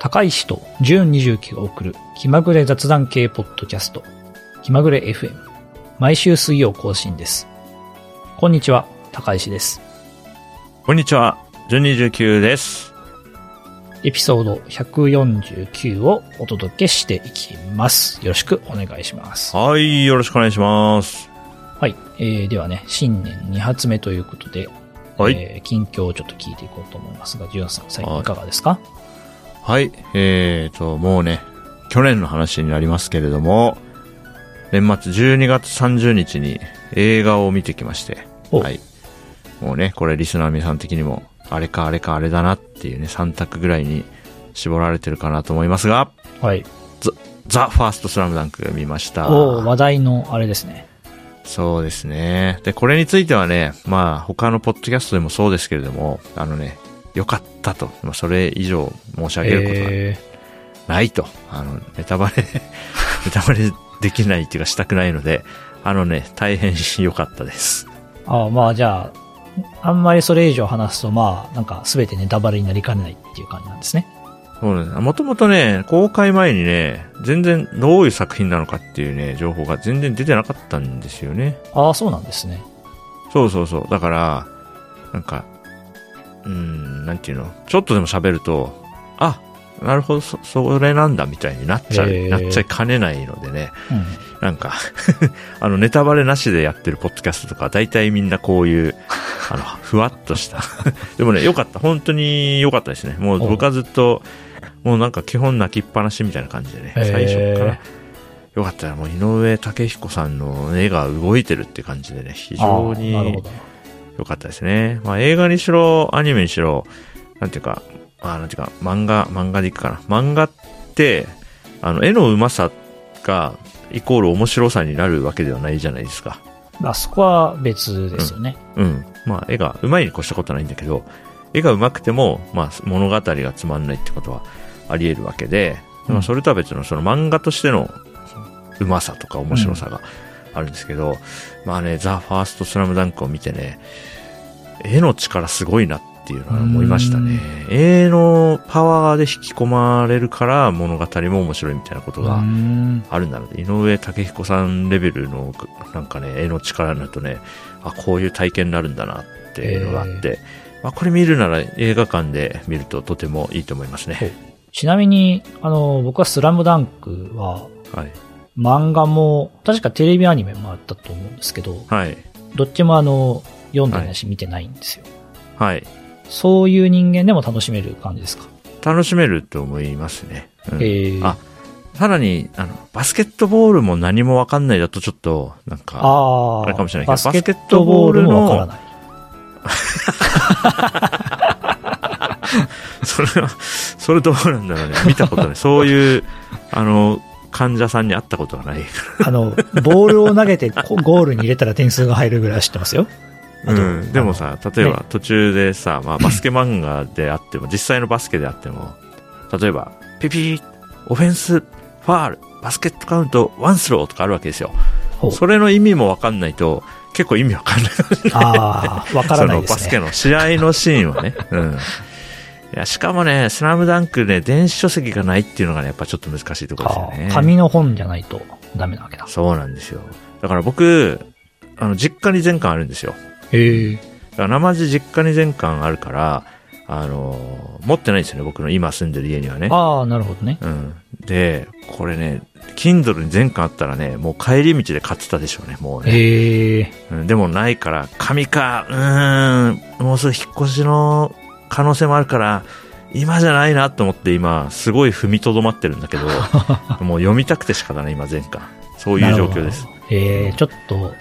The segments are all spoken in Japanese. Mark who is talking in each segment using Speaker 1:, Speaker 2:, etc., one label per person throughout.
Speaker 1: 高石と純29が送る気まぐれ雑談系ポッドキャスト、気まぐれ FM。毎週水曜更新です。こんにちは、高石です。
Speaker 2: こんにちは、ジョニー19です。
Speaker 1: エピソード149をお届けしていきます。よろしくお願いします。
Speaker 2: はい、よろしくお願いします。
Speaker 1: はい。えー、ではね、新年2発目ということで、
Speaker 2: はい。
Speaker 1: えー近況をちょっと聞いていこうと思いますが、純さん、最近いかがですか
Speaker 2: はい、えーと、もうね、去年の話になりますけれども、年末12月30日に映画を見てきまして、
Speaker 1: お
Speaker 2: はい。もうね、これリスナー皆さん的にも、あれかあれかあれだなっていうね、3択ぐらいに絞られてるかなと思いますが、
Speaker 1: はい。
Speaker 2: ザ・ファーストスラムダンク見ました。
Speaker 1: おー話題のあれですね。
Speaker 2: そうですね。で、これについてはね、まあ、他のポッドキャストでもそうですけれども、あのね、良かったと、まあ、それ以上申し上げることは
Speaker 1: え
Speaker 2: ないと、あの、ネタバレ、 ネタバレできないっていうかしたくないので、あのね、大変良かったです。
Speaker 1: ー、あーまあじゃあ、あんまりそれ以上話すと、まあ、なんか全てネタバレになりかねないっていう感じなんですね。
Speaker 2: そうです。もともとね、公開前にね、全然どういう作品なのかっていうね、情報が全然出てなかったんですよね。
Speaker 1: ああ、そうなんですね。
Speaker 2: そうそうそう。だから、なんか、うーん、なんていうの、ちょっとでも喋ると、あ、なるほど、そ、それなんだみたいになっちゃう、
Speaker 1: へー
Speaker 2: なっちゃいかねないのでね、
Speaker 1: うん。
Speaker 2: なんか、 あの、ネタバレなしでやってるポッドキャストとか、大体みんなこういう、あの、ふわっとした。 でもね、よかった。本当に良かったですね。もう
Speaker 1: おう
Speaker 2: 僕はずっと、もうなんか基本泣きっぱなしみたいな感じでね、
Speaker 1: へー
Speaker 2: 最初から。よかったら、もう井上武彦さんの絵が動いてるって感じでね、非常に
Speaker 1: あーなるほど。
Speaker 2: よかったですね。まあ映画にしろ、アニメにしろ、なんていうか、まあなんていうか、漫画、漫画でいくかな。漫画って、あの、絵のうまさが、イコール面白さになるわけではないじゃないですか。
Speaker 1: まあそこは別ですよね。
Speaker 2: うん。まあ絵がうまいに越したことはないんだけど、絵がうまくても、まあ物語がつまんないってことはあり得るわけで、
Speaker 1: うん
Speaker 2: まあそれとは別のその漫画としてのうまさとか面白さがあるんですけど、まあね、ザ・ファースト・スラムダンクを見てね、絵の力すごいなっていうのは思いましたね。絵のパワーで引き込まれるから物語も面白いみたいなこと
Speaker 1: うー
Speaker 2: が
Speaker 1: ん
Speaker 2: あるんだろうね井上武彦さんレベルの、なんかね、絵の力になるとね、あ、こういう体験になるんだなっていうのがあって、まあ、これ見るなら映画館で見るととてもいいと思いますね。
Speaker 1: ちなみに、あの、僕はスラムダンクは、
Speaker 2: はい。
Speaker 1: 漫画も、確かテレビアニメもあったと思うんですけど、
Speaker 2: はい。
Speaker 1: どっちもあの、読んでないし見てないんですよ。
Speaker 2: はい。
Speaker 1: そういう人間でも楽しめる感じですか。
Speaker 2: 楽しめると思いますね。うん
Speaker 1: ええ
Speaker 2: あさらに、あの、バスケットボールも何もわかんないだとちょっと、なんか、
Speaker 1: あ
Speaker 2: あれかもしれないけど
Speaker 1: バスケットボールもわからない。
Speaker 2: それは、それどうなんだろうね。見たことない。そういう、あの、患者さんに会ったことがない。
Speaker 1: あの、ボールを投げてこゴールに入れたら点数が入るぐらいは知ってますよ。あと
Speaker 2: うん、でもさ、例えば途中でさ、 まあ、バスケ漫画であっても、実際のバスケであっても、例えば、ピピー、オフェンス、ファール、バスケットカウント、ワンスローとかあるわけですよ
Speaker 1: ほう。
Speaker 2: それの意味もわかんないと、結構意味わ かんない。
Speaker 1: ああ、わからないで
Speaker 2: そのバ
Speaker 1: す
Speaker 2: スケ
Speaker 1: ね。
Speaker 2: の試合のシーン はね。うん。いや、しかもね、スラムダンクね、電子書籍がないっていうのがね、やっぱちょっと難しいところですよ
Speaker 1: あ
Speaker 2: ね
Speaker 1: ー。紙の本じゃないとダメなわけだ。
Speaker 2: そうなんですよ。だから僕、あの、実家に全巻あるんですよ。
Speaker 1: へえ。
Speaker 2: だから生地実家に全巻あるから、あのー持ってないんですよね、僕の今住んでる家にはね。
Speaker 1: ああ、なるほどね。
Speaker 2: うん。で、これね、Kindle に全巻あったらね、もう帰り道で買ってたでしょうね、もうね。
Speaker 1: へえ。
Speaker 2: うんでもないから、紙か、うーん、もうすぐ引っ越しの可能性もあるから、今じゃないなと思って今、すごい踏みとどまってるん だけど、もう読みたくて仕方ない、今全巻。そういう状況です
Speaker 1: な。るほど。えー、ちょっと、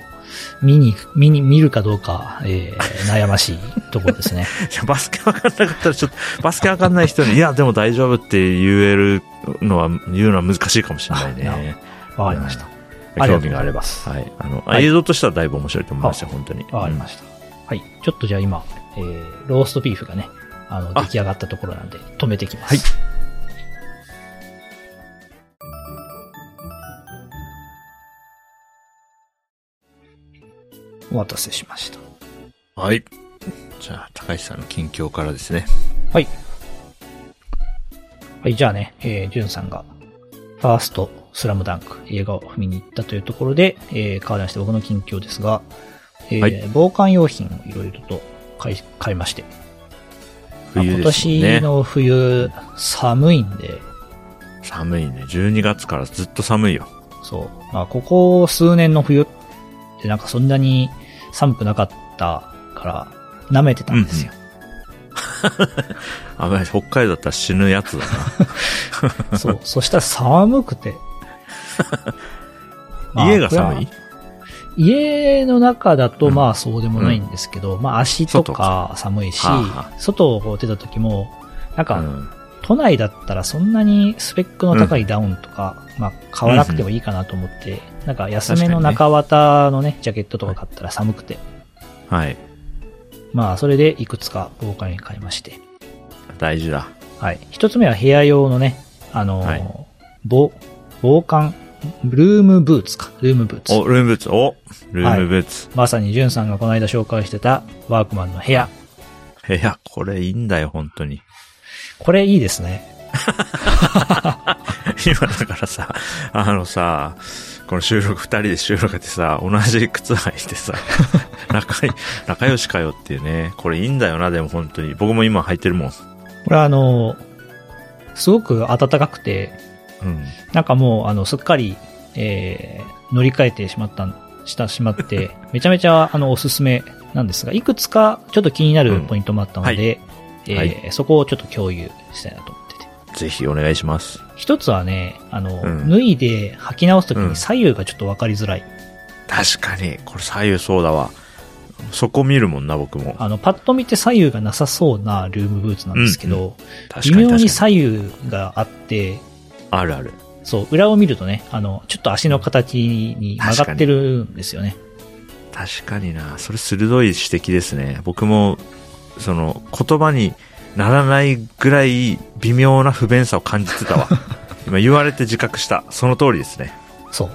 Speaker 1: 見に、見に、見るかどうか、えー、悩ましいところです ね。
Speaker 2: いやバスケわかんなかったら、ちょっと、バスケわかんない人に、いや、でも大丈夫って言えるのは、言うのは難しいかもしれない
Speaker 1: あなる
Speaker 2: ね。
Speaker 1: わかりました。ありがとうございます
Speaker 2: 興味があれば。はい。あの、
Speaker 1: はい
Speaker 2: 映像としてはだいぶ面白いと思いますよ、本当に。
Speaker 1: わかりました。はい。ちょっとじゃあ今、えー、ローストビーフがね、あの、
Speaker 2: あ
Speaker 1: 出来上がったところなんで、止めてきます。
Speaker 2: はい
Speaker 1: お待たせしました。
Speaker 2: うんはい。じゃあ、高橋さんの近況からですね。
Speaker 1: はい。はい、じゃあね、えー、ジュンさんが、ファースト、スラムダンク、映画を見に行ったというところで、えー、変わりまして僕の近況ですが、えー
Speaker 2: はい
Speaker 1: 防寒用品をいろいろと買い、買いまして、まあ
Speaker 2: 冬
Speaker 1: 今
Speaker 2: ですもんね
Speaker 1: 年。の冬、寒いんで、
Speaker 2: 寒いね。12月からずっと寒いよ。
Speaker 1: そう。まあ、ここ数年の冬ってなんかそんなに寒くなかったから、舐めてたんですよ。
Speaker 2: あ、まあ北海道だったら死ぬやつだ
Speaker 1: そう。そしたら寒くて。ま
Speaker 2: な。
Speaker 1: あ
Speaker 2: 家が寒い
Speaker 1: これは家の中だと
Speaker 2: うん
Speaker 1: まあそうでもないんですけど、まあ足と
Speaker 2: 外
Speaker 1: か寒いし
Speaker 2: はあは、
Speaker 1: 外をこう出た時も、なん
Speaker 2: う
Speaker 1: か
Speaker 2: ん。
Speaker 1: 都内だったらそんなにスペックの高いダウンとか、まあ買わなくてもいいかなと思って、なんか安めの中綿のね、ジャケットとか買ったら寒くて、
Speaker 2: はい。
Speaker 1: まあそれでいくつか防寒に買いまして、
Speaker 2: 大事だ。
Speaker 1: はい。一つ目は部屋用のね、あのー
Speaker 2: はい
Speaker 1: 防、防寒、ルームブーツか、ルームブーツ。
Speaker 2: お、ルームブーツ。お、ルームブーツ。
Speaker 1: まさにジュンさんがこの間紹介してたワークマンの部屋。
Speaker 2: い、や、これいいんだよ、本当に。
Speaker 1: これいいですね。
Speaker 2: 今だからさ、あのさ、この収録、二人で収録でさ、同じ靴履いてさ、 仲い、仲良しかよっていうね。これいいんだよな、でも本当に。僕も今履いてるもん。
Speaker 1: これはあのーすごく暖かくて、
Speaker 2: うん。
Speaker 1: なんかもうあの、すっかり、えー乗り換えてしまったん、した、しま って、めちゃめちゃあの、おすすめなんですが、いくつかちょっと気になるポイントもあったので、
Speaker 2: んはい
Speaker 1: えーそこをちょっと共有したいなと思ってて。
Speaker 2: ぜひお願いします。
Speaker 1: 一つはね、あの、
Speaker 2: うん
Speaker 1: 脱いで履き直すとき
Speaker 2: う
Speaker 1: に
Speaker 2: ん
Speaker 1: 左右がちょっとわかりづらい。
Speaker 2: 確かに、これ左右そうだわ。そこ見るもんな、僕も。
Speaker 1: あの、パッと見て左右がなさそうなルームブーツなんですけど、
Speaker 2: 確
Speaker 1: 微
Speaker 2: かに確
Speaker 1: 妙
Speaker 2: か
Speaker 1: に
Speaker 2: に。
Speaker 1: 左右があって、
Speaker 2: あるある。
Speaker 1: そう、裏を見るとね、あの、ちょっと足の形に曲がってるんですよね。
Speaker 2: 確かにな。それ鋭い指摘ですね。僕も、その、言葉にならないぐらい微妙な不便さを感じ てたわ。今言われて自覚した。その通りですね。
Speaker 1: そう。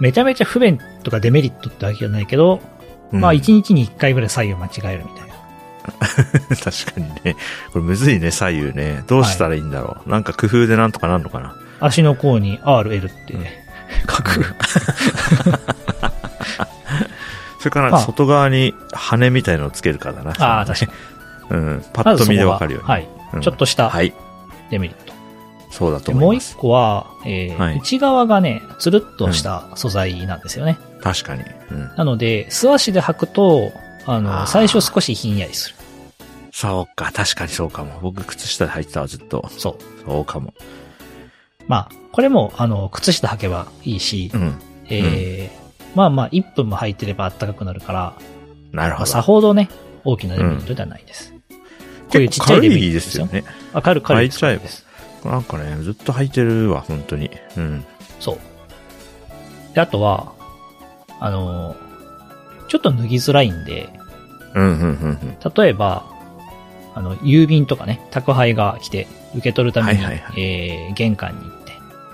Speaker 1: めちゃめちゃ不便とかデメリットってわけじゃないけど、
Speaker 2: うん
Speaker 1: まあ1日に1回ぐらい左右間違えるみたいな。
Speaker 2: 確かにね。これむずいね、左右ね。どうしたらいいんだろう。なんか工夫でなんとかなんのかな。
Speaker 1: 足の甲に RL ってね、書く。
Speaker 2: それからなんか外側に羽みたいのをつけるかだな。
Speaker 1: ああ、確
Speaker 2: か
Speaker 1: かに。
Speaker 2: に。うん。パッと見でわかるよね。
Speaker 1: まずそこがはい。ちょっとした
Speaker 2: はい。
Speaker 1: デメリット。
Speaker 2: そうだと
Speaker 1: で
Speaker 2: 思
Speaker 1: もう
Speaker 2: いま
Speaker 1: 一
Speaker 2: す。
Speaker 1: 個は、えー
Speaker 2: はい
Speaker 1: 内側がね、つるっとした素材なんですよね。
Speaker 2: 確かに。うん。
Speaker 1: なので、素足で履くと、あの、
Speaker 2: あー
Speaker 1: 最初少しひんやりする。
Speaker 2: そうか、確かにそうかも。僕、靴下で履いてたわ、ずっと。
Speaker 1: そう。
Speaker 2: そうかも。
Speaker 1: まあ、これも、あの、靴下履けばいいし、
Speaker 2: うん。
Speaker 1: えーまあまあ、1分も履いてれば暖かくなるから、
Speaker 2: なる
Speaker 1: ま
Speaker 2: ほ
Speaker 1: あ、さ
Speaker 2: ど。
Speaker 1: ほどね、大きなデメリットではないです。こういうち
Speaker 2: 結
Speaker 1: っ
Speaker 2: 構
Speaker 1: ちゃいデ
Speaker 2: 軽
Speaker 1: メリッ
Speaker 2: い
Speaker 1: ト
Speaker 2: で
Speaker 1: です
Speaker 2: す
Speaker 1: よ。
Speaker 2: よね。
Speaker 1: あ軽く軽いです。
Speaker 2: 履いちゃえば
Speaker 1: 軽です。
Speaker 2: なんかね、ずっと履いてるわ、本当に。うん。
Speaker 1: そう。で、あとは、あの、ちょっと脱ぎづらいんで、
Speaker 2: うん、うん、うんうん。
Speaker 1: 例えば、あの、郵便とかね、宅配が来て、受け取るために、
Speaker 2: はいはいは
Speaker 1: えー、玄関に行っ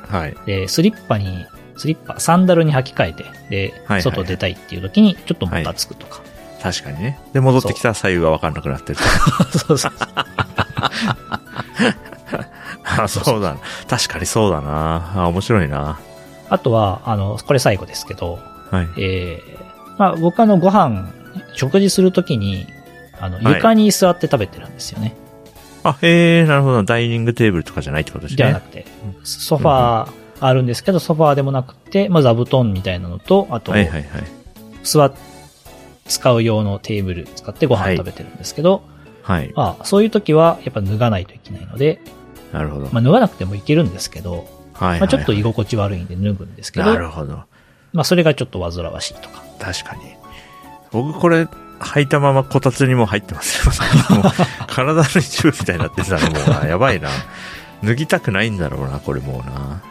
Speaker 1: て、
Speaker 2: はい。
Speaker 1: で、スリッパに、スリッパ、サンダルに履き替えて、で、
Speaker 2: はいはい
Speaker 1: 外出たいっていう時に、ちょっともたつくとか。
Speaker 2: 確かにね。で、戻ってきたら左右が分かんなくなってる。
Speaker 1: そうそうそう。
Speaker 2: あ、 そうだな。確かにそうだな。あ、面白いな。
Speaker 1: あとは、あの、これ最後ですけど、
Speaker 2: はい。
Speaker 1: えー、まあ、僕あの、ご飯、食事するときに、あの、
Speaker 2: はい
Speaker 1: 床に座って食べてるんですよね。
Speaker 2: あ、へえ、なるほど。ダイニングテーブルとかじゃないってことです
Speaker 1: ではな
Speaker 2: ね。
Speaker 1: くて、ソファーあるんですけど、ソファーでもなくて、まあ、座布団みたいなのと、あと、
Speaker 2: はいはいはい。
Speaker 1: 座っ、使う用のテーブル使ってご
Speaker 2: は
Speaker 1: 飯
Speaker 2: い
Speaker 1: 食べてるんですけど、
Speaker 2: はい。
Speaker 1: まあ、そういう時はやっぱ脱がないといけないので、
Speaker 2: なるほど。
Speaker 1: まあ、脱がなくてもいけるんですけど、
Speaker 2: はいはい
Speaker 1: ま
Speaker 2: は
Speaker 1: あ、
Speaker 2: い。
Speaker 1: ちょっと居心地悪いんで脱ぐんですけど、
Speaker 2: なるほど。
Speaker 1: まあ、それがちょっと煩わしいとか。
Speaker 2: 確かに。僕これ、履いたままこたつにもう入ってます よ。もう体の一部みたいになってたらもうな、やばいな。脱ぎたくないんだろうな、これもうな。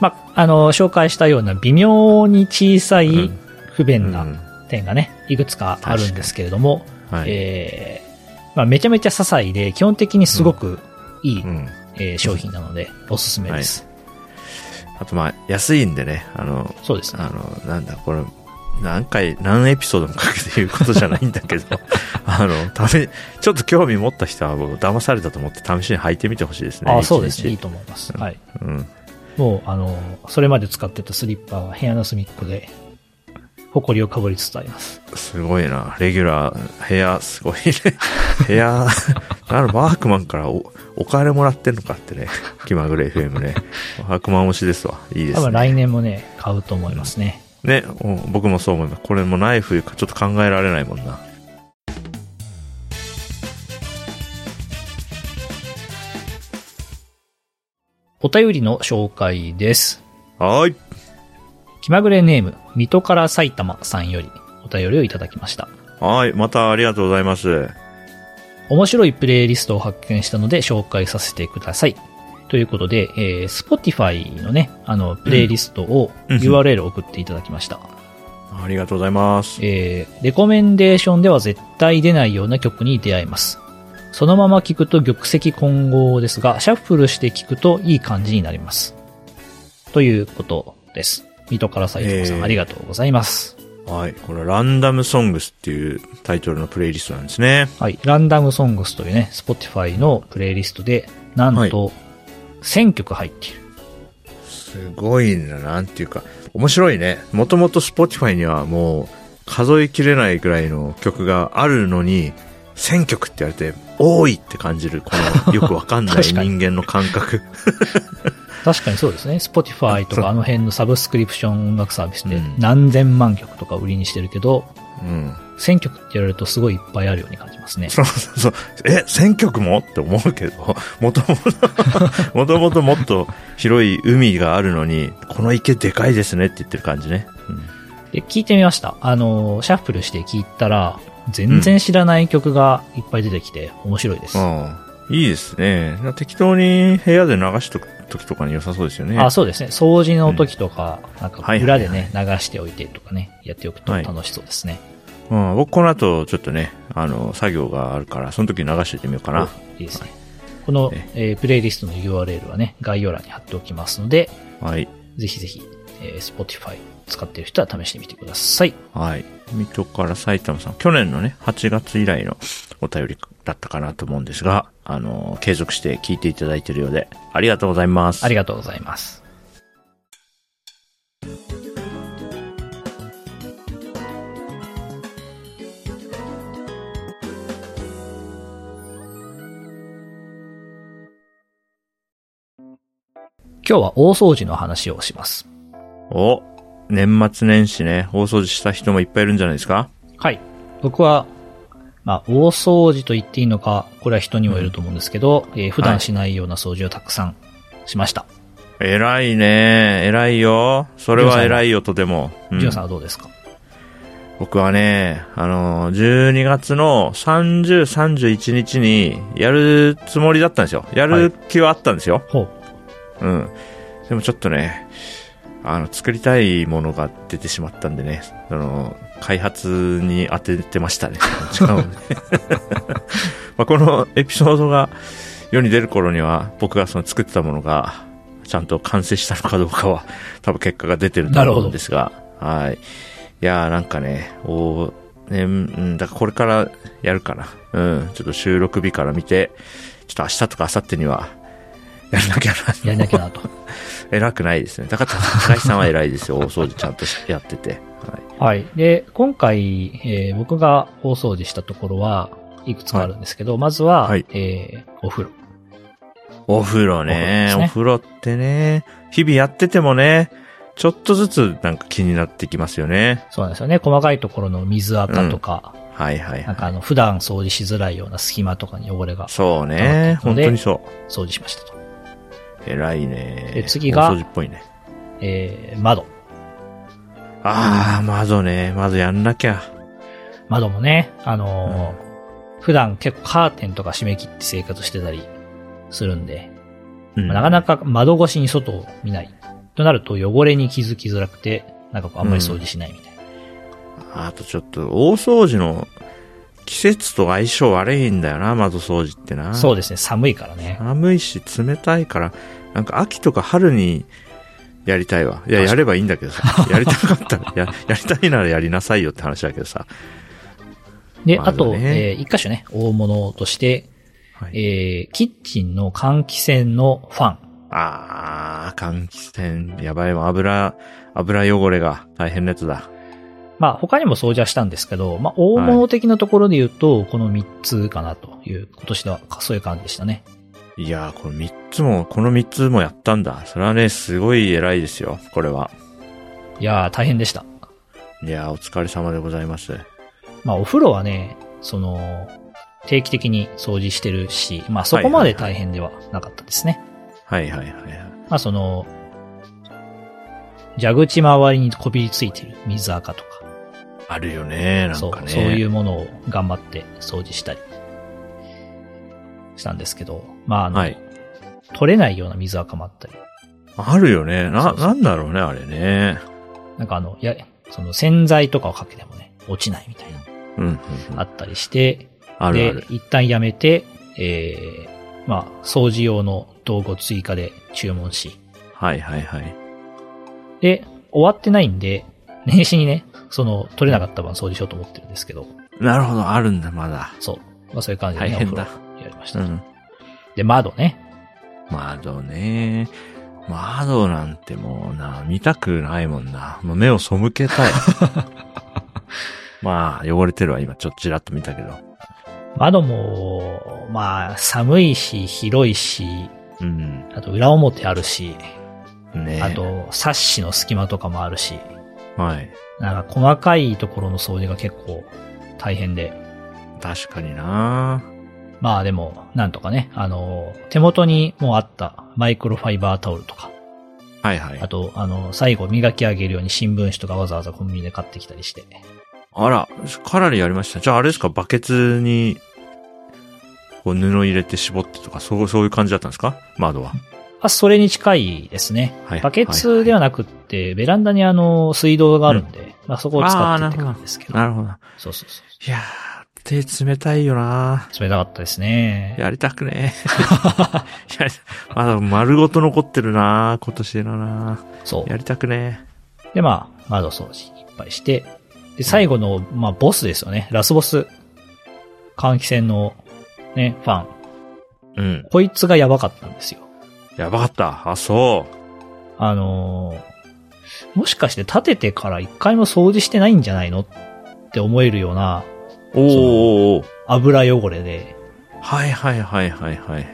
Speaker 1: まあ、あの、紹介したような微妙に小さ
Speaker 2: う
Speaker 1: い
Speaker 2: ん
Speaker 1: 不
Speaker 2: う
Speaker 1: 便
Speaker 2: ん。
Speaker 1: な点がね、いくつかあるんですけれども、
Speaker 2: はい。
Speaker 1: えーまあ、めちゃめちゃ些細で、基本的にすごくいい、
Speaker 2: うん。
Speaker 1: えー商品なので、おすすめです。
Speaker 2: あとまあ、安いんでね、あの、
Speaker 1: そうですね。
Speaker 2: あの、なんだ、これ、何回、何エピソードもかけて言うことじゃないんだ けど、あの、試、ちょっと興味持った人はもう騙されたと思って試しに履いてみてほしいですね。
Speaker 1: あそうですね。いい
Speaker 2: 一日
Speaker 1: と思います。はい。
Speaker 2: うん。
Speaker 1: もう、あの、それまで使ってたスリッパは部屋の隅っこで、埃をかぶりつつあります。
Speaker 2: すごいな。レギュラー、部屋、すごいね。部屋、あの、ワークマンからお、お金もらってんのかってね。気まぐれ FM ね。ワークマン推しですわ。いいで
Speaker 1: 多
Speaker 2: す
Speaker 1: 分
Speaker 2: ね。
Speaker 1: 来年もね、買うと思いますね。
Speaker 2: ね、うん僕もそう思います。これもない冬か、ちょっと考えられないもんな。
Speaker 1: お便りの紹介です。
Speaker 2: はーい。
Speaker 1: 気まぐれネーム、水戸から埼玉さんよりお便りをいただきました。
Speaker 2: はい。またありがとうございます。
Speaker 1: 面白いプレイリストを発見したので紹介させてください。ということで、えー Spotify のね、あの、プレイリストを
Speaker 2: うん
Speaker 1: URL 送っていただきました。
Speaker 2: ありがとうございます。
Speaker 1: えーレコメンデーションでは絶対出ないような曲に出会えます。そのまま聞くと玉石混合ですが、シャッフルして聞くといい感じになります。ということです。水戸から斉藤さん、
Speaker 2: えー
Speaker 1: ありがとうございます。
Speaker 2: はい。これ、ランダムソングスっていうタイトルのプレイリストなんですね。
Speaker 1: はい。ランダムソングスというね、Spotify のプレイリストで、なんと、1000曲入っている。
Speaker 2: すごいな、なんていうか、面白いね。もともと Spotify にはもう数えきれないぐらいの曲があるのに、1000曲って言われて、多いって感じる、このよくわかんない
Speaker 1: 確かに
Speaker 2: 人間の感覚。
Speaker 1: 確かにそうですね。Spotify と
Speaker 2: そう
Speaker 1: かあの辺のサブスクリプション音楽サービスで
Speaker 2: うん
Speaker 1: 何千万曲とか売りにしてるけど、
Speaker 2: うん。
Speaker 1: 1000曲って言われるとすごいいっぱいあるように感じますね。
Speaker 2: そうそうそう。え、1000曲もって思うけど、 もともと、もと もともっと広い海があるのに、この池でかいですねって言ってる感じね。
Speaker 1: で、聞いてみました。あの、シャッフルして聞いたら、全然知らない曲がいっぱい出てきて面白いです。
Speaker 2: うん。いいですね。適当に部屋で流しとく時とかに良さそうですよね。
Speaker 1: あ、そうですね。掃除の時とか、なんか
Speaker 2: はいはいは
Speaker 1: 裏
Speaker 2: い
Speaker 1: でね、流しておいてとかね、やっておくと楽しそうですね。
Speaker 2: うん、僕この後ちょっとね、あの、作業があるから、その時に流してみようかな。
Speaker 1: いいですね。この、
Speaker 2: ね
Speaker 1: えープレイリストの URL はね、概要欄に貼っておきますので、
Speaker 2: はい。
Speaker 1: ぜひぜひ、えー Spotify 使ってる人は試してみてください。
Speaker 2: はい。水戸から埼玉さん、去年のね、8月以来のお便りだったかなと思うんですが、あの、継続して聞いていただいているようで、ありがとうございます。
Speaker 1: ありがとうございます。今日は大掃除の話をします。
Speaker 2: お、年末年始ね、大掃除した人もいっぱいいるんじゃないですか
Speaker 1: はい。僕は、まあ、大掃除と言っていいのか、これは人にもよると思うんですけど、えー普段しないような掃除をたくさんしました。
Speaker 2: 偉いね。偉いよ。それは偉いよとでも。うん
Speaker 1: ジュンさんはどうですか、
Speaker 2: 僕はね、あの、12月の30、31日にやるつもりだったんですよ。やる気はあったんですよ。
Speaker 1: ほう。
Speaker 2: うん。でもちょっとね、あの、作りたいものが出てしまったんでね、その、開発に当ててましたね。 時間をねまあこのエピソードが世に出る頃には、僕がその作ってたものが、ちゃんと完成したのかどうかは、多分結果が出てると
Speaker 1: なるほ
Speaker 2: 思
Speaker 1: ど
Speaker 2: うんですが、はい。いやーなんかね、おーね、うん、だからこれからやるかな。うん、ちょっと収録日から見て、ちょっと明日とか明後日には、やらなきゃな。
Speaker 1: やりなきゃなと。
Speaker 2: 偉くないですね。だから、高橋さんは偉いです よ。大掃除ちゃんとやってて。はい。
Speaker 1: はい。で、今回、えー僕が大掃除したところはいくつかあるんですけど、まずは、
Speaker 2: はい
Speaker 1: えーお風呂。
Speaker 2: お風呂ねお
Speaker 1: お
Speaker 2: 風呂ってね、日々やっててもね、ちょっとずつなんか気になってきますよね。
Speaker 1: そうなんですよね。細かいところの水垢とか、
Speaker 2: はいはい
Speaker 1: なんか
Speaker 2: は
Speaker 1: あの、普段掃除しづらいような隙間とかに汚れが
Speaker 2: い。そう
Speaker 1: な
Speaker 2: ね。
Speaker 1: の
Speaker 2: 本
Speaker 1: で
Speaker 2: 当にそ
Speaker 1: 掃除しましたと。
Speaker 2: う。偉いね。
Speaker 1: で次が
Speaker 2: 大掃除っぽいね。
Speaker 1: えー窓。
Speaker 2: あー、窓ね。窓やんなきゃ。
Speaker 1: 窓もね、あのー普段結構カーテンとか閉め切って生活してたりするんで、
Speaker 2: うん
Speaker 1: まあなかなか窓越しに外を見ない。となると汚れに気づきづらくて、なんかこうあんまり掃除しないみたいな。
Speaker 2: あとちょっと、大掃除の季節と相性悪いんだよな、窓掃除ってな。
Speaker 1: そうですね、寒いからね。
Speaker 2: 寒いし冷たいから、なんか秋とか春にやりたいわ。い
Speaker 1: 確か
Speaker 2: や、
Speaker 1: に
Speaker 2: やればいいんだけ どさ。やりたかったら、や、やりたいならやりなさいよって話だけどさ。
Speaker 1: で、
Speaker 2: まあ
Speaker 1: あと、
Speaker 2: ね
Speaker 1: えー一箇所ね、大物として、
Speaker 2: はい、
Speaker 1: えーキッチンの換気扇のファン。
Speaker 2: あー、換気扇、やばいわ。油、油汚れが大変なやつだ。
Speaker 1: まあ、他にも掃除はしたんですけど、まあ、大物的なところで言うと、この3つかなという、今年ではそういう感じでしたね。
Speaker 2: いやー、この三つも、この三つもやったんだ。それはね、すごい偉いですよ。これは。
Speaker 1: いやー、大変でした。
Speaker 2: いやー、お疲れ様でございます。
Speaker 1: まあ、お風呂はね、その、定期的に掃除してるし、まあ、そこまで大変ではなかったですね。
Speaker 2: はいはいはいはい。
Speaker 1: まあ、その、蛇口周りにこびりついてる水垢とか、
Speaker 2: あるよね、な
Speaker 1: そ
Speaker 2: んか
Speaker 1: う、
Speaker 2: ね。。
Speaker 1: そういううものを頑張って掃除したりしたんですけど、まあ、あの、
Speaker 2: はい。
Speaker 1: 取れないような水垢もあったり、
Speaker 2: あるよね。
Speaker 1: そ
Speaker 2: な、
Speaker 1: うそう
Speaker 2: なんだろうね、あれね。
Speaker 1: なんかあの、や、その洗剤とかをかけてもね、落ちないみたいな、
Speaker 2: うんうんうん。
Speaker 1: あったりして、
Speaker 2: あるある
Speaker 1: で。、一旦やめて、えー、まあ、掃除用の道具を追加で注文し、
Speaker 2: はいはいはい。
Speaker 1: で、終わってないんで、年始にね、その、取れなかった分掃除しようと思ってるんですけど、
Speaker 2: なるほど、あるんだ、まだ。
Speaker 1: そう。まあそういう感じで、ね、
Speaker 2: 大変だ
Speaker 1: お風呂やりまし
Speaker 2: う
Speaker 1: た。
Speaker 2: ん。
Speaker 1: で、窓ね。
Speaker 2: 窓ね。窓なんてもうな、見たくないもんな。もう目を背 けたい。まあ、汚れてるわ、今、ちょっとちらっと見たけど。
Speaker 1: 窓も、まあ、寒いし、広いし、
Speaker 2: うん。
Speaker 1: あと裏表あるし、
Speaker 2: ね
Speaker 1: あと、サッシの隙間とかもあるし、
Speaker 2: はい。
Speaker 1: なんか細かいところの掃除が結構大変で、
Speaker 2: 確かにな
Speaker 1: まあでも、なんとかね、あの、手元にもうあったマイクロファイバータオルとか、
Speaker 2: はいはい
Speaker 1: あ。と、あの、最後磨き上げるように新聞紙とかわざわざコンビニで買ってきたりして、
Speaker 2: あら、かなりやりました。じゃああれですか、バケツに、こう布入れて絞ってとか、そう、そういう感じだったんですか窓は。
Speaker 1: あ、それに近いですね。
Speaker 2: はい
Speaker 1: バケツではなくって、ベランダにあの、水道があるんで、まあそこを使って
Speaker 2: あー
Speaker 1: って感じですけど。
Speaker 2: なるほど。
Speaker 1: そうそうそう。
Speaker 2: いやー、手冷たいよな
Speaker 1: 冷たかったですね。
Speaker 2: やりたく ねえ。やりまだ丸ごと残ってるな今年だな
Speaker 1: そ
Speaker 2: やりたくね
Speaker 1: う。で、まあ、窓掃除いっぱいして、で、最後の、まあ、ボスですよね。ラスボス。換気扇の、ね、ファン。
Speaker 2: え。うん。
Speaker 1: こいつがやばかったんですよ。
Speaker 2: やばかった。あ、そう。
Speaker 1: あのーもしかして立ててから一回も掃除してないんじゃないのって思えるような
Speaker 2: おーおーおー
Speaker 1: 油汚れで、
Speaker 2: はいはいはいはいはい。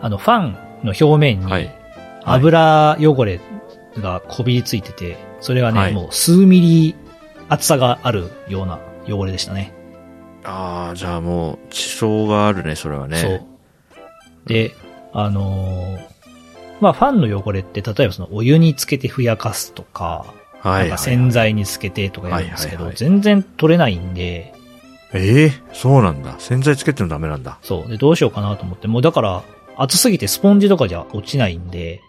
Speaker 1: あの、ファンの表面に、
Speaker 2: はい。
Speaker 1: 油汚れがこびりついてて、それがね、
Speaker 2: はい
Speaker 1: もう数ミリ厚さがあるような汚れでしたね。
Speaker 2: ああ、じゃあもう、地層があるね、それはね。
Speaker 1: そう。で、あのーまあ、ファンの汚れって、例えばそのお湯につけてふやかすとか、
Speaker 2: はいはいは
Speaker 1: な
Speaker 2: い。
Speaker 1: んか洗剤につけてとかやるんですけど、
Speaker 2: はいはいはい
Speaker 1: 全然取れないんで、
Speaker 2: ええそうなんだ。洗剤つけてもダメなんだ。
Speaker 1: そう。で、どうしようかなと思って、もうだから、熱すぎてスポンジとかじゃ落ちないんで、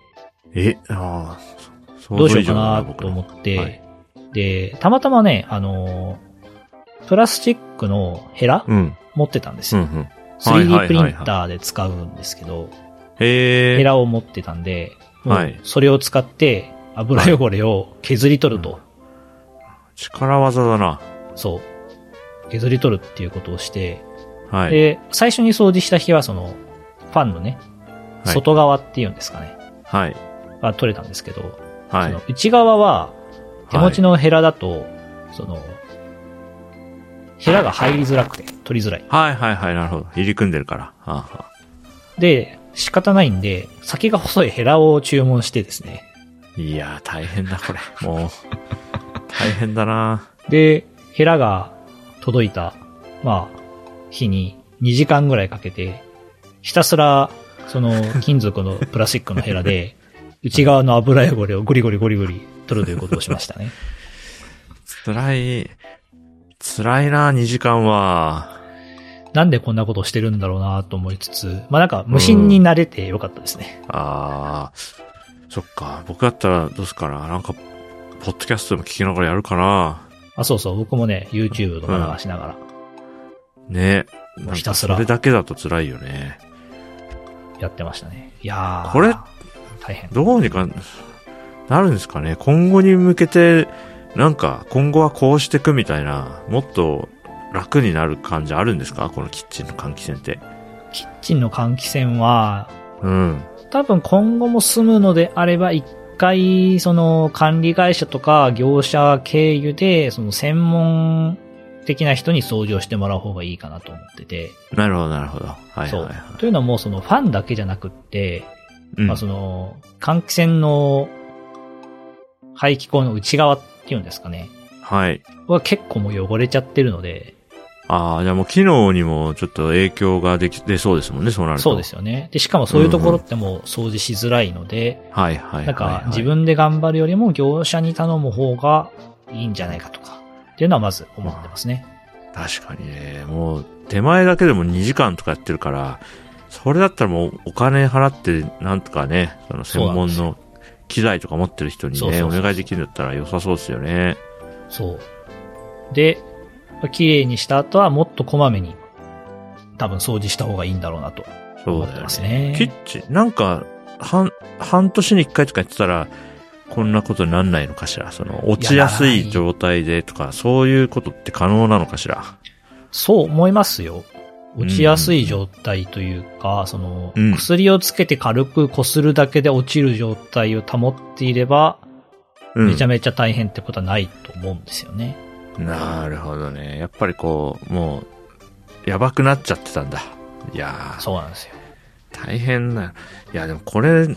Speaker 2: え、ああ、そ
Speaker 1: どうしよう
Speaker 2: 想像以上
Speaker 1: か
Speaker 2: だ
Speaker 1: な
Speaker 2: 僕
Speaker 1: と思って、
Speaker 2: はい
Speaker 1: で、たまたまね、あのープラスチックのヘラ、
Speaker 2: うん、
Speaker 1: 持ってたんです
Speaker 2: うん、う
Speaker 1: よ。
Speaker 2: ん。はいは
Speaker 1: 3D プ
Speaker 2: いはい
Speaker 1: リ
Speaker 2: はい
Speaker 1: ンターで使うんですけど、
Speaker 2: へ
Speaker 1: ヘ
Speaker 2: え。
Speaker 1: ラを持ってたんで、もう
Speaker 2: はい
Speaker 1: それを使って油汚れを削り取ると、
Speaker 2: 力技だな。
Speaker 1: そう、削り取るっていうことをして、
Speaker 2: はい。
Speaker 1: で、最初に掃除した日はその、ファンのね、
Speaker 2: はい
Speaker 1: 外側っていうんですかね、
Speaker 2: はい。
Speaker 1: は取れたんですけど、
Speaker 2: は
Speaker 1: そ
Speaker 2: い
Speaker 1: の。内側は手持ちのヘラだと、その、ヘラが入りづらくて、取りづらい。
Speaker 2: はいはいはい、なるほど。入り組んでるから。ああ
Speaker 1: で、仕方ないんで、先が細いヘラを注文してですね、
Speaker 2: いやー、大変だ、これ。もう、大変だな。
Speaker 1: で、ヘラが届いた、まあ、日に2時間ぐらいかけて、ひたすら、その、金属のプラスチックのヘラ で、内側の油汚れをゴリゴリゴリゴリ取るということをしましたね。
Speaker 2: 辛い、辛いな、2時間は。
Speaker 1: なんでこんなことをしてるんだろうなと思いつつ、まあなんか無心になれてよかったですね。
Speaker 2: ああ、そっか。僕だったらどうすっかな。なんか、ポッドキャストでも聞きながらやるかな。
Speaker 1: あ、そうそう、僕もね、YouTube とか流しながら。
Speaker 2: ね。なんか
Speaker 1: ひたすら
Speaker 2: それだけだと辛いよね。
Speaker 1: やってましたね。いやー
Speaker 2: これ
Speaker 1: 大変。
Speaker 2: どうにか、なるんですかね今後に向けて、なんか、今後はこうしてくみたいな、もっと楽になる感じあるんですかこのキッチンの換気扇って。
Speaker 1: キッチンの換気扇は、
Speaker 2: うん。
Speaker 1: 多分今後も住むのであれば、一回、その管理会社とか業者経由で、その専門的な人に掃除をしてもらう方がいいかなと思ってて。
Speaker 2: なるほど、なるほど。はいはい
Speaker 1: そ
Speaker 2: は
Speaker 1: う
Speaker 2: い。。
Speaker 1: というのはもうそのファンだけじゃなくって、
Speaker 2: うん
Speaker 1: まあその、換気扇の排気口の内側っていうんですかね。
Speaker 2: はい。
Speaker 1: は結構もう汚れちゃってるので、
Speaker 2: ああ、じゃあもう機能にもちょっと影響ができ、出そうですもんね、そうなると。
Speaker 1: そうですよね。で、しかもそういうところってもう掃除しづらいので、
Speaker 2: はいはいはいはい。
Speaker 1: なんか自分で頑張るよりも業者に頼む方がいいんじゃないかとか、っていうのはまず思ってますね。
Speaker 2: 確かにね、もう手前だけでも2時間とかやってるから、それだったらもうお金払って、なんとかね、その専門
Speaker 1: そうな
Speaker 2: の機材とか持ってる人に
Speaker 1: そうそう
Speaker 2: ね、
Speaker 1: そ
Speaker 2: お
Speaker 1: うそう
Speaker 2: 願いできるんだったら良さそうですよね。
Speaker 1: そう。で、綺麗にした後はもっとこまめに、多分掃除した方がいいんだろうなと
Speaker 2: そ
Speaker 1: 思
Speaker 2: う
Speaker 1: って
Speaker 2: だよ
Speaker 1: ます
Speaker 2: ね。
Speaker 1: ね。
Speaker 2: キッチン、なんか、半、半年に1回とかやってたら、こんなことになんないのかしらその、落ちやす
Speaker 1: いやない
Speaker 2: い状態でとか、そういうことって可能なのかしら
Speaker 1: そう思いますよ。落ちやすい状態というか、その、
Speaker 2: うん
Speaker 1: 薬をつけて軽く擦るだけで落ちる状態を保っていれば、
Speaker 2: うん
Speaker 1: めちゃめちゃ大変ってことはないと思うんですよね。
Speaker 2: なるほどね。やっぱりこう、もう、やばくなっちゃってたんだ。いやー、
Speaker 1: そうなんですよ。
Speaker 2: 大変な。いや、でもこれ、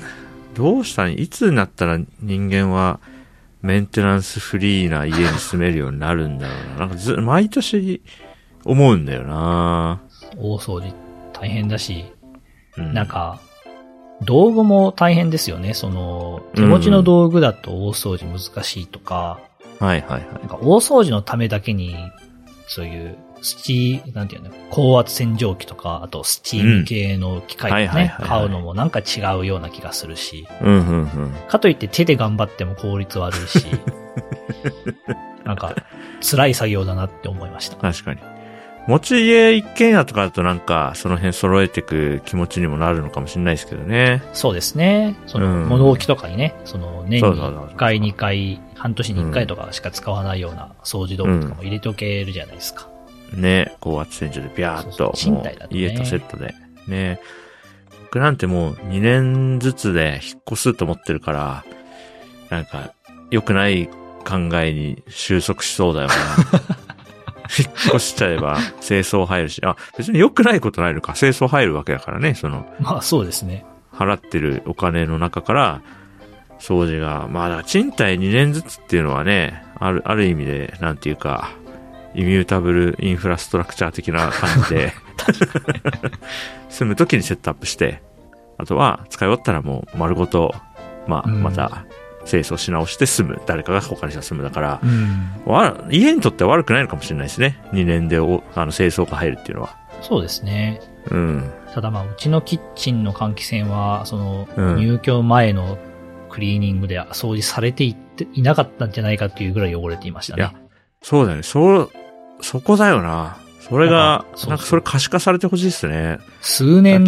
Speaker 2: どうしたんいつになったら人間は、メンテナンスフリーな家に住めるようになるんだろうな。なんかず、毎年、思うんだよな、
Speaker 1: 大掃除大変だし、
Speaker 2: うん、
Speaker 1: なんか、道具も大変ですよね。その、手持ちの道具だと大掃除難しいとか、
Speaker 2: はいはいはい。
Speaker 1: なんか大掃除のためだけに、そういう、スチー、なんていうの、高圧洗浄機とか、あとスチーム系の機械とか
Speaker 2: うんはいはい
Speaker 1: ね
Speaker 2: はい、はい
Speaker 1: 買うのもなんか違うような気がするし、
Speaker 2: うんうんうん。
Speaker 1: かといって手で頑張っても効率悪いし、 なんか、辛い作業だなって思いました。
Speaker 2: 確かに。持ち家一軒家とかだとなんか、その辺揃えてく気持ちにもなるのかもしれないですけどね。
Speaker 1: そうですね。その、
Speaker 2: うん
Speaker 1: 物置とかにね、その、年
Speaker 2: そう
Speaker 1: に
Speaker 2: そうそう
Speaker 1: 1回、2回、半年に1回とかしか使わないような掃除道具とかも入れておけるじゃないですか。
Speaker 2: ね、高圧洗浄でビャーっと
Speaker 1: そう、そう
Speaker 2: も
Speaker 1: 賃貸だ
Speaker 2: う
Speaker 1: とね
Speaker 2: 家とセットで。ね。僕なんてもう2年ずつで引っ越すと思ってるから、なんか、良くない考えに収束しそう だよな。引っ越しちゃえば清掃入るし、あ、別に良くないことないのか。清掃入るわけだからね、その、
Speaker 1: まあそうですね。
Speaker 2: 払ってるお金の中から、掃除が、まあ、だから賃貸2年ずつっていうのはね、ある、ある意味で、なんていうか、イミュータブルインフラストラクチャー的な感じで、住むときにセットアップして、あとは使い終わったらもう丸ごと、まあ、
Speaker 1: うん
Speaker 2: また清掃し直して住む。誰かが他の人が住むだから、
Speaker 1: うん。
Speaker 2: わ家にとっては悪くないのかもしれないですね。2年でおあの清掃が入るっていうのは。
Speaker 1: そうですね。
Speaker 2: うん。
Speaker 1: ただまあ、うちのキッチンの換気扇は、その、
Speaker 2: うん
Speaker 1: 入居前のクリーニングで掃除されていっていなかったんじゃないかっていうぐらい汚れていました
Speaker 2: い
Speaker 1: ね
Speaker 2: や。そうだよね。そう、そこだよな。それ
Speaker 1: なん
Speaker 2: が
Speaker 1: かそうそ、う
Speaker 2: なんかそれ可視化されてほしいですね。
Speaker 1: 数年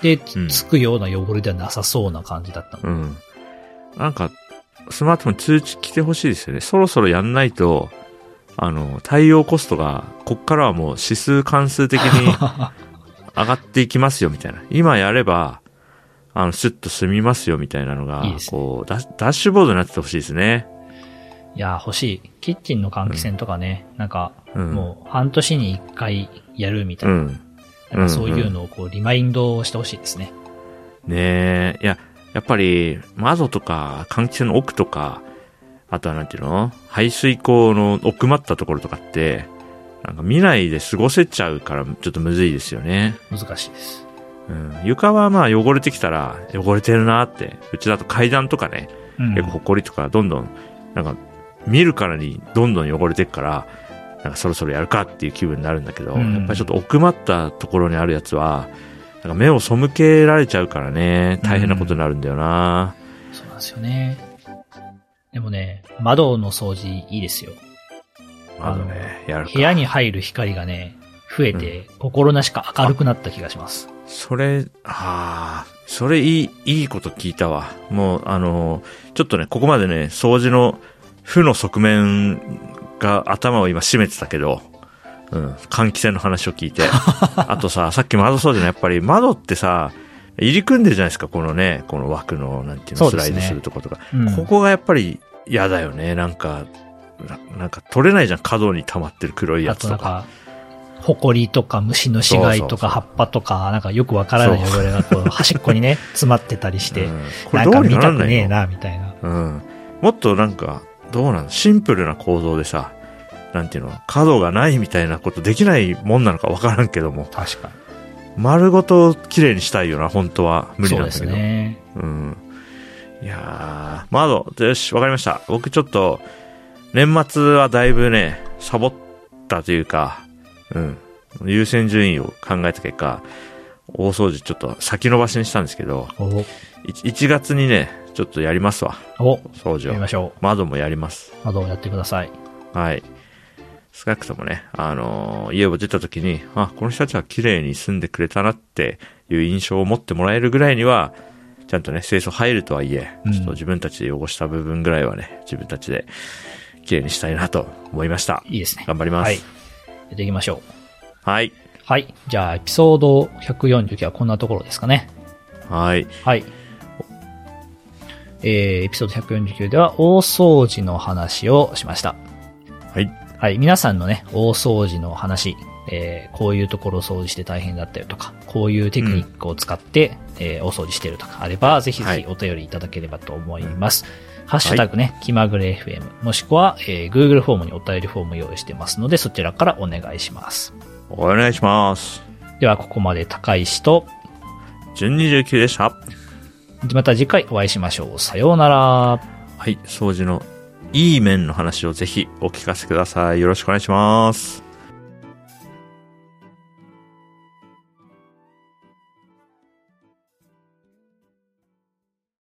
Speaker 1: で
Speaker 2: うん
Speaker 1: つくような汚れではなさそうな感じだったの。
Speaker 2: うん。なんか、スマートフォンに通知来てほしいですよね。そろそろやんないと、あの、対応コストが、こっからはもう指数関数的 に上がっていきますよ、みたいな。今やれば、あの、スッと済みますよ、みたいなのが、
Speaker 1: いいですね
Speaker 2: こうダッ、ダッシュボードになっててほしいですね。
Speaker 1: いや、欲しい。キッチンの換気扇とかね、なんか、
Speaker 2: うん
Speaker 1: もう半年に一回やるみた
Speaker 2: う
Speaker 1: いな、
Speaker 2: ん。
Speaker 1: なんかそういうのをこう、リマインドをしてほしいですね。
Speaker 2: ねえ。いや、やっぱり、窓とか、換気扇の奥とか、あとはなんていうの排水口の奥まったところとかって、なんか見ないで過ごせちゃうから、ちょっとむずいですよね。
Speaker 1: 難しいです。
Speaker 2: うん。床はまあ汚れてきたら、汚れてるなって。うちだと階段とかね、
Speaker 1: うん
Speaker 2: 結構埃とかどんどん、なんか、見るからにどんどん汚れてくから、なんかそろそろやるかっていう気分になるんだけど、
Speaker 1: うん
Speaker 2: やっぱりちょっと奥まったところにあるやつは、なんか目を背けられちゃうからね、大変なことになるんだよな、
Speaker 1: そうなんですよね。でもね、窓の掃除いいですよ。
Speaker 2: あのね、やるか。
Speaker 1: 部屋に入る光がね、増えて、心なしか明るくなった気がします。
Speaker 2: それ、ああ、それいい、いいこと聞いたわ。もう、あのーちょっとね、ここまでね、掃除の負の側面が頭を今締めてたけど、うん、換気扇の話を聞 いて。あとさ、さっき窓掃除のやっぱり窓ってさ、入り組んでるじゃないですか、このね、この枠の、なんていう
Speaker 1: そ
Speaker 2: の、
Speaker 1: う
Speaker 2: ス
Speaker 1: で
Speaker 2: ラ
Speaker 1: す
Speaker 2: イ
Speaker 1: ね
Speaker 2: ドするとことか。
Speaker 1: うん
Speaker 2: ここがやっぱり嫌だよね、なんか、ななんか取れないじゃん、角に溜まってる黒いや
Speaker 1: あ
Speaker 2: つ
Speaker 1: と
Speaker 2: と
Speaker 1: なん
Speaker 2: か。
Speaker 1: か、ホコリとか虫の死骸と
Speaker 2: そうそうそ
Speaker 1: か
Speaker 2: う
Speaker 1: 葉っぱとか、なんかよくわからない
Speaker 2: そ
Speaker 1: 汚れが こう端っこにね、詰まってたりして、
Speaker 2: うんこ
Speaker 1: な
Speaker 2: れ
Speaker 1: ん
Speaker 2: ど
Speaker 1: か
Speaker 2: うに
Speaker 1: 見
Speaker 2: か
Speaker 1: た
Speaker 2: な
Speaker 1: く
Speaker 2: んないの
Speaker 1: ねえな、みたいな。
Speaker 2: うん。もっとなんか、どうなのシンプルな構造でさ、なんていうの角がないみたいなことできないもんなのかわからんけども、
Speaker 1: 確か
Speaker 2: 丸ごと綺麗にしたいよな、本当は。無理
Speaker 1: そう
Speaker 2: なん
Speaker 1: で
Speaker 2: だ
Speaker 1: す
Speaker 2: けど。
Speaker 1: ね。
Speaker 2: うん。いやー、窓、よし、わかりました。僕ちょっと、年末はだいぶね、サボったというか、うん。優先順位を考えた結果、大掃除ちょっと先延ばしにしたんですけど、
Speaker 1: お、
Speaker 2: 1月にね、ちょっとやりますわ、
Speaker 1: お、
Speaker 2: 掃除
Speaker 1: や
Speaker 2: を
Speaker 1: り。ましょ
Speaker 2: 窓もやります
Speaker 1: う。。窓をやってください。
Speaker 2: はい。少なくともね、あのー家を出た時に、あ、この人たちは綺麗に住んでくれたなっていう印象を持ってもらえるぐらいには、ちゃんとね、清掃入るとはいえ、
Speaker 1: うん
Speaker 2: ちょっと自分たちで汚した部分ぐらいはね、自分たちで綺麗にしたいなと思いました。
Speaker 1: いいですね。
Speaker 2: 頑張ります。
Speaker 1: は
Speaker 2: はいい。。
Speaker 1: やっていきましょう。
Speaker 2: はい。
Speaker 1: はい。じゃあ、エピソード149はこんなところですかね。
Speaker 2: はい。
Speaker 1: はい。えー、エピソード149では大掃除の話をしました。
Speaker 2: はい。
Speaker 1: はい。皆さんのね、大掃除の話、えー、こういうところを掃除して大変だったよとか、こういうテクニックを使って、えー、大掃除してるとかあれば、ぜひ
Speaker 2: は
Speaker 1: ぜひ
Speaker 2: い
Speaker 1: お便りいただければと思います。ハッシュタグね、気まぐれ FM、もしくは、えー、Google フォームにお便りフォーム用意してますので、そちらからお願いします。
Speaker 2: お願いします。
Speaker 1: では、ここまで高石と、
Speaker 2: 順29でした。
Speaker 1: また次回お会いしましょう。さようなら。
Speaker 2: はい。掃除のいい面の話をぜひお聞かせください。よろしくお願いします。